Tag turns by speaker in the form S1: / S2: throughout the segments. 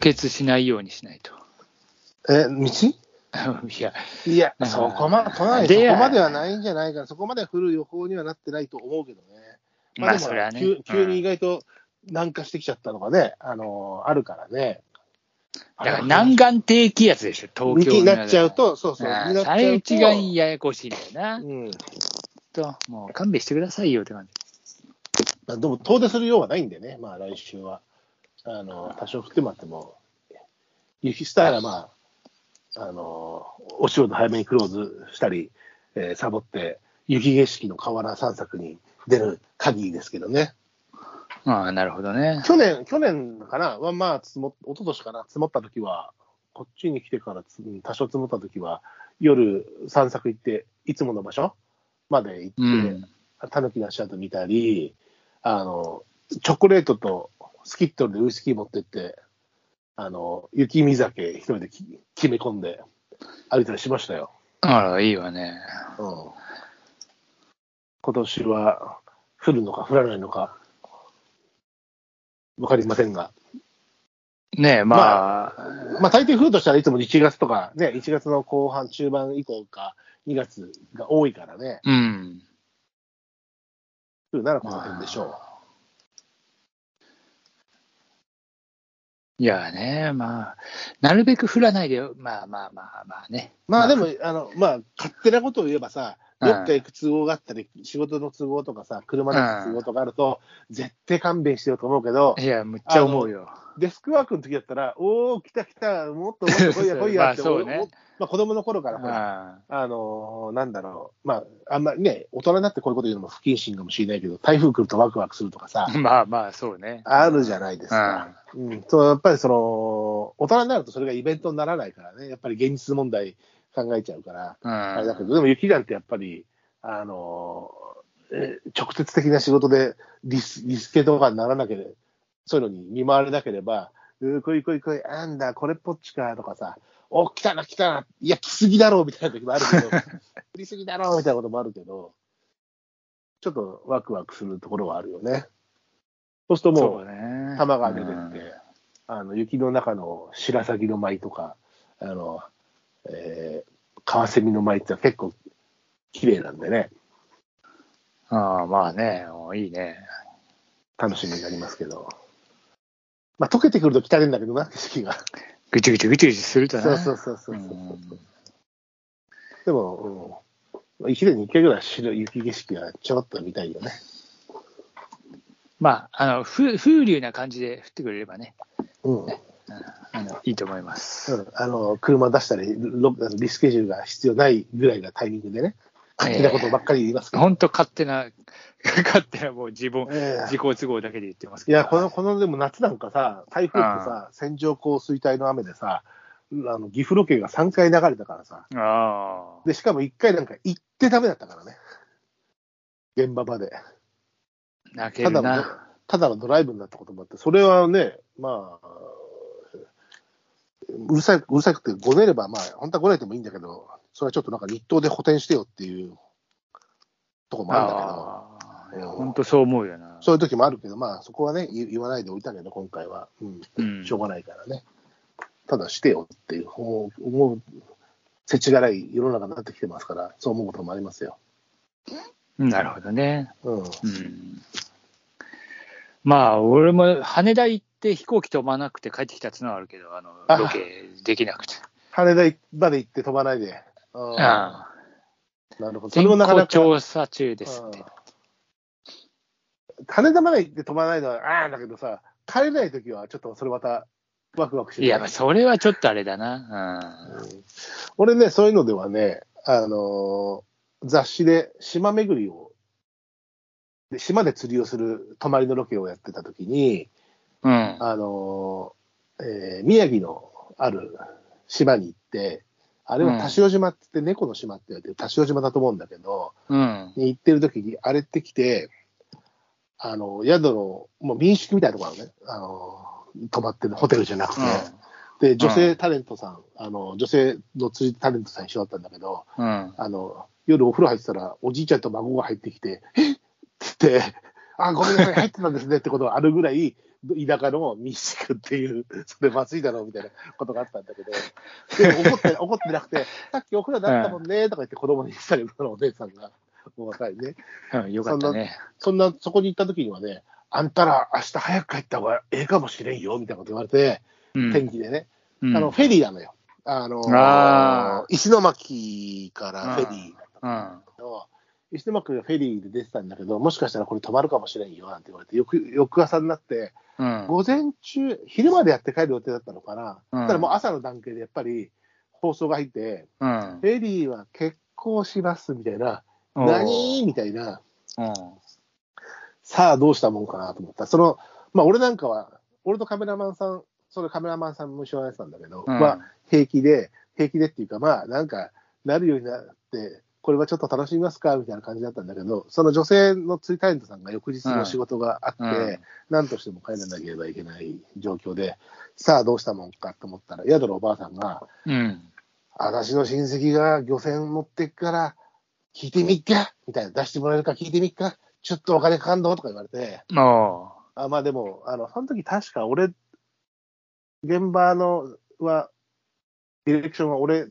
S1: 結しないようにしないと。
S2: え、道
S1: いや、
S2: いや
S1: う、ん
S2: そこまで、都内そ
S1: で
S2: こまではないんじゃないかな、そこまで降る予報にはなってないと思うけどね。
S1: まあ、それはね。
S2: 急急に
S1: う
S2: 意
S1: ん
S2: 外と南下してきちゃったのがね、あのーあるからね。
S1: だから南岸低気圧でしょ、東京
S2: になっちゃう。と、そうそう、
S1: あ
S2: にな
S1: あ
S2: っちゃうと
S1: 最一番ややこしいんだよな。
S2: うん、
S1: と、もう勘弁してくださいよって感じ。
S2: まあでも遠出するようはないんでね、まあ来週は。あの、多少降ってもらっても、雪したらまあ、あの、お仕事早めにクローズしたり、えーサボって、雪景色の河原散策に出る限りですけどね。
S1: ああ、なるほどね。
S2: 去年、去年かなはまあ、積も、一昨年かな積もった時は、こっちに来てからつ多少積もった時は、夜散策行って、いつもの場所まで行って、
S1: うん。
S2: タヌキの足跡見たり、あの、チョコレートとスキットルでウイスキー持ってって、あの、雪見酒一人でき決め込んで歩いたりしましたよ。
S1: あら、いいわね。
S2: うん。今年は降るのか降らないのか、わかりませんが。
S1: ねえ、まあ、
S2: まあ大抵降るとしたらいつも1月とかね、1月の後半中盤以降か2月が多いからね、
S1: うん。
S2: 降るならこの辺でしょう。
S1: いやね、まあ、なるべく降らないでよ。まあまあまあまあね。
S2: まあでも、あの、まあ、勝手なことを言えばさ、
S1: うん
S2: どっか行く都合があったり、仕事の都合とかさ、車の都合とかあると、絶対勘弁してようと思うけど、
S1: いや、むっちゃ思うよ。
S2: デスクワークの時だったら、おー、来た来た、もっともっと来いや来 い
S1: ま
S2: や
S1: あ
S2: って、
S1: そうね
S2: おおまあ子供の頃からほら、
S1: あ
S2: あのーなんだろう、まあ、あんまりね、大人になってこういうこと言うのも不謹慎かもしれないけど、台風来るとワクワクするとかさ
S1: あ、 まあまあ、そうね。
S2: あるじゃないですか。うん、そうやっぱりその、大人になるとそれがイベントにならないからね、やっぱり現実問題考えちゃうから、
S1: うん。
S2: あれだけど、でも雪なんてやっぱり、あのえー直接的な仕事でリスリスケとかにならなければ、そういうのに見舞われなければ、うーこいこいこい、あんだ、これっぽっちかとかさ、お来たな、来たな、いや、来すぎだろうみたいな時もある けど、降りすぎだろうみたいなこともあるけど、ちょっとワクワクするところはあるよね。そうするとも
S1: そ
S2: う
S1: う、ね。
S2: 玉が出てって、
S1: うん
S2: あの雪の中の白鷺の舞とか、あの、えー、カワセミの舞ってのは結構綺麗なんでね、
S1: ああ、まあね、おいいね。
S2: 楽しみになりますけど。まあ、溶けてくると汚いんだけどな、景色が。
S1: ぐちゅぐちゅぐちゅぐちゅするとね。
S2: そうそうそうそうそ
S1: う
S2: う
S1: ん
S2: でも、うん、一年に一回ぐらい白い雪景色はちょろっと見たいよね。
S1: まあ、あの、ふ風流な感じで降ってくれればね、
S2: うん。
S1: あのいいと思います。
S2: うんあの、車出したり、ロリスケジュールが必要ないぐらいなタイミングでね、勝手なことばっかり言いますけど。
S1: 本当勝手な、 勝手なもう自分、
S2: ええ
S1: 自己都合だけで言ってます
S2: い
S1: けど。
S2: や、この、この、でも夏なんかさ、台風ってさ、線状降水帯の雨でさ、あの、岐阜ロケが3回流れたからさ、
S1: ああ。
S2: で、しかも1回なんか行ってダメだったからね。現場まで。
S1: 泣け
S2: た
S1: る
S2: だの
S1: な。、
S2: ただのドライブになったこともあって、それはね、まあ、うるさい、うるさくて、ごねれば、まあ、本当はごねてもいいんだけど、それはちょっとなんか日当で補填してよっていうとこもあるんだけど。
S1: ああいや本当そう思うよな。
S2: そういう時もあるけど、まあ、そこはね、言言わないでおいたけど、今回は。う
S1: うん
S2: ん。しょうがないからね。ただしてよっていう、思う、思う世知辛い世の中になってきてますから、そう思うこともありますよ。
S1: なるほどね。
S2: うん。
S1: うん。まあ、俺も羽田行って飛行機飛ばなくて帰ってきたつのはあるけど、あの、
S2: あ
S1: ロケできなくて。
S2: 羽田まで行って飛ばないで。うん
S1: ああ。
S2: なるほど。そ
S1: 天
S2: れもなか
S1: 候
S2: なか。
S1: 調査中ですって。
S2: うん羽田まで行って飛ばないのは、ああ、だけどさ、帰れない時は、ちょっとそれまた、ワクワクして
S1: いや、まあ、それはちょっとあれだな。
S2: うん俺ね、そういうのではね、あのー雑誌で島巡りを、で島で釣りをする泊まりのロケをやってた時に、
S1: うん。うん。
S2: あのーえー宮城のある島に行って、あれは田塩島って言って猫の島って言われてる田塩島だと思うんだけど、
S1: うん。
S2: に行ってる時にあれってきて、あの、宿の、もう民宿みたいなところね、あのー泊まってるホテルじゃなくて、で、女性タレントさん、あの、女性の釣りタレントさん一緒だったんだけど、
S1: うん。
S2: あの、夜お風呂入ってたら、おじいちゃんと孫が入ってきて、えっつって、あ、ごめんなさい、入ってたんですねってことがあるぐらい、田舎の西区っていう、それまずいだろうみたいなことがあったんだけど、で も怒って、怒ってなくて、さっきお風呂だったもんね、とか言って子供に言ってたけど、そのお姉さんが、お若いね。
S1: うん、よかったね。
S2: そんな、そこに行った時にはね、あんたら明日早く帰った方がええかもしれんよ、みたいなこと言われて、
S1: うん
S2: 天気でね。
S1: うん
S2: あの、フェリーなのよ。あの
S1: あ
S2: 石巻からフェリーだった
S1: うん
S2: の石巻がフェリーで出てたんだけど、もしかしたらこれ止まるかもしれんよなんて言われて、翌翌朝になって、
S1: うん
S2: 午前中、昼までやって帰る予定だったのかな、
S1: うん
S2: だからもう朝の段階でやっぱり放送が入って、
S1: うん
S2: フェリーは欠航しますみたいな、何みたいな、
S1: うん
S2: さあどうしたもんかなと思った、そのまあ、俺なんかは、俺とカメラマンさん、そのカメラマンさんも一緒のやつなんだけど、
S1: うん
S2: まあ、平気で、平気でっていうか、まあ、なんか、なるようになって、これはちょっと楽しみますかみたいな感じだったんだけど、その女性のツイタレントさんが翌日の仕事があって、
S1: うん
S2: 何としても帰らなければいけない状況で、さあどうしたもんかと思ったら、宿のおばあさんが、
S1: うん
S2: 私の親戚が漁船持ってっから、聞いてみっかみたいな、出してもらえるか聞いてみっかちょっとお金かかんのとか言われて、
S1: お
S2: あまあでも、あの、その時確か俺、現場のは、ディレクションは俺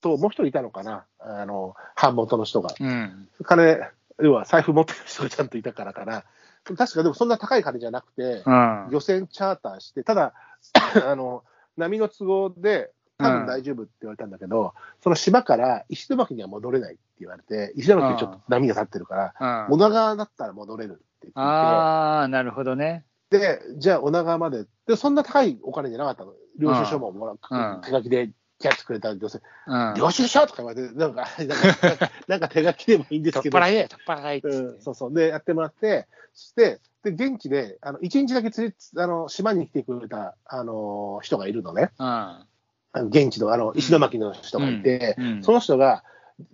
S2: ともう一人いたのかな、あの、版元の人が。
S1: ーうん
S2: 金、要は財布持ってる人がちゃんといたからかな。確かでもそんな高い金じゃなくて
S1: う、ん
S2: 漁船チャーターして、ただ、 あの、波の都合で、多分大丈夫って言われたんだけど、その島から石巻には戻れないって言われて、石巻にちょっと波が立ってるから、
S1: うん
S2: 女川だったら戻れるって言って、
S1: ああ、なるほどね。
S2: で、じゃあ、女川まで。で、そんな高いお金じゃなかったの。領収書ももらう、
S1: うん
S2: 手書きでキャッチくれた女性、
S1: うん。
S2: 領収書とか言われて、なんか、なんかなんか手書きでもいいんです
S1: 取
S2: け
S1: っ
S2: ど、
S1: 払え、取っ払えっつ
S2: う
S1: っ
S2: ん、
S1: て。
S2: そうそう。で、やってもらって、そして、で、現地で、あの、一日だけ連れつ、あの、島に来てくれた、あの、人がいるのね。
S1: うん。
S2: あの現地の、あの、石巻の人がいて、
S1: うんうん
S2: その人が、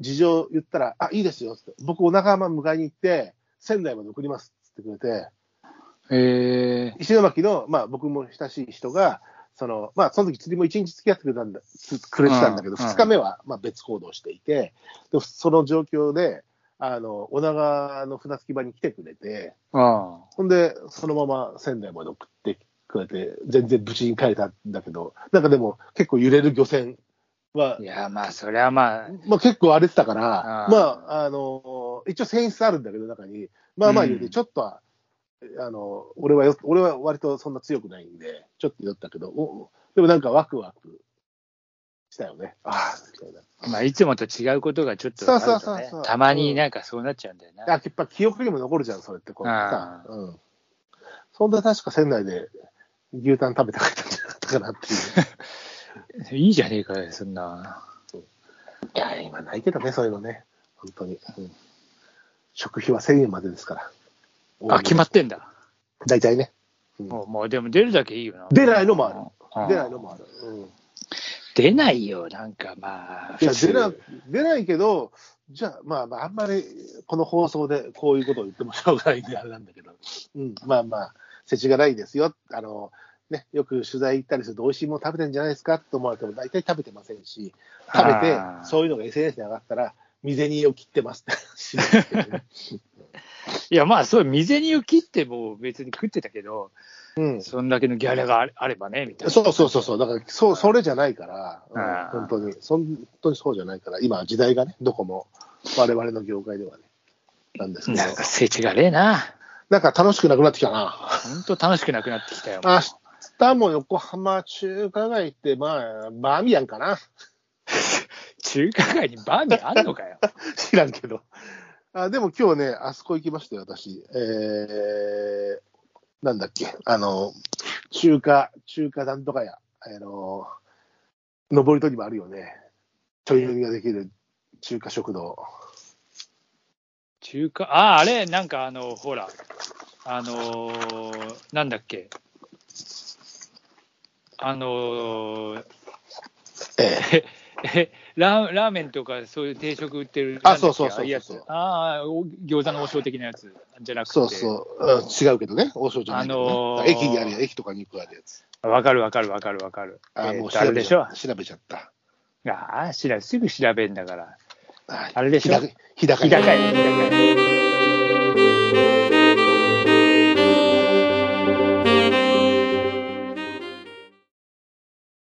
S2: 事情を言ったら、あ、いいですよ、つって。僕、お仲間迎えに行って、仙台まで送ります、つってくれて、
S1: へえ。
S2: 石巻の、まあ、僕も親しい人が、そのまあ、その時釣りも1日付き合ってくれたんだつくれてたんだけ
S1: う
S2: ど、
S1: ん
S2: 2日目はまあ別行動していて、でその状況で、あの女川の船着き場に来てくれて、
S1: あ
S2: ほんで、そのまま仙台まで送ってくれて、全然無事に帰れたんだけど、なんかでも、結構揺れる漁船は
S1: あ。い、や、まあ、そりゃまあ、
S2: まあ、結構荒れてたから、
S1: あー
S2: まあ、あの一応、船室あるんだけど、中に、まあまあ言う
S1: う
S2: て、
S1: ん
S2: ちょっとは、あの俺はよ、俺は割とそんな強くないんで、ちょっと酔ったけど、おでもなんかワクワクしたよね、ああ、みたいな。
S1: まあ、いつもと違うことがちょっとあると、ね、
S2: そうそうそうそう
S1: たまになんかそうなっちゃうんだよな。
S2: あやっぱ記憶にも残るじゃん、それって、こうさ
S1: あ、
S2: うん。そんで確か仙台で牛タン食べて帰ったんじゃなかったかなっていう。
S1: いいじゃねえかよ、そんな。
S2: いや、今ないけどね、そういうのね、本当に。うん、食費は1000円までですから。
S1: あ、決まってんだ。
S2: 大体ね。うん
S1: もう、もうでも出るだけいいよな。
S2: 出ないのもある
S1: うん
S2: 出ないのもある。うん、い
S1: 出ないよ、なんかまあ。
S2: や
S1: 普通
S2: 出な、出ないけど、じゃあ、まあ、まあ、あんまりこの放送でこういうことを言ってもしょうがないんで、あれなんだけど、うん、まあまあ、世知がないですよ、あの、ね、よく取材行ったりすると、美味しいもの食べてんじゃないですかと思われても、大体食べてませんし、食べて
S1: あー、
S2: そういうのが SNS に上がったら、未銭を切ってますって話ですけど ね
S1: いや、まあ、そう、身銭を切っても別に食ってたけど、
S2: うん
S1: そんだけのギャラがあれあればね、みたいな。
S2: そうそうそうそう、だからそう、それじゃないから、
S1: あ
S2: う
S1: ー
S2: ん、本当に、そん本当にそうじゃないから、今、時代がね、どこも、我々の業界ではね、なんですけど、
S1: なんか、せちがれえな。
S2: なんか楽しくなくなってきたな。
S1: ほんと楽しくなくなってきたよ。
S2: 明日も横浜中華街って、まあ、バーミヤンかな、
S1: 中華街にバーミヤンあんのかよ。
S2: 知らんけど。あでも今日ね、あそこ行きましたよ、私。えー、なんだっけ、あの、中華、中華なんとか屋、あの、上りとにもあるよね。ちょい乗りができる中華食堂。
S1: 中華、ああ、あれ、なんかあの、ほら、あのーなんだっけ。あのー
S2: ええ。
S1: えラーラーメンとかそういう定食売ってる
S2: あ
S1: なんだっけ
S2: そうそうそ
S1: ああ
S2: うそう
S1: いやつああお餃子の王将的なやつじゃなくて
S2: そうそう、うん、違うけどね、王将じゃないけどね、
S1: あのー
S2: 駅にあるや駅とかに行くあるやつ。
S1: わかるわかるわかるわかる
S2: あー、
S1: え
S2: も
S1: ー
S2: う
S1: とあれ
S2: 調べ
S1: で
S2: ち
S1: し
S2: ゃ
S1: ょ
S2: 調べちゃった。
S1: ああ知らすぐ調べんだから
S2: あ
S1: あれでしょ
S2: 日高い日高
S1: 日
S2: 屋
S1: 高屋日高屋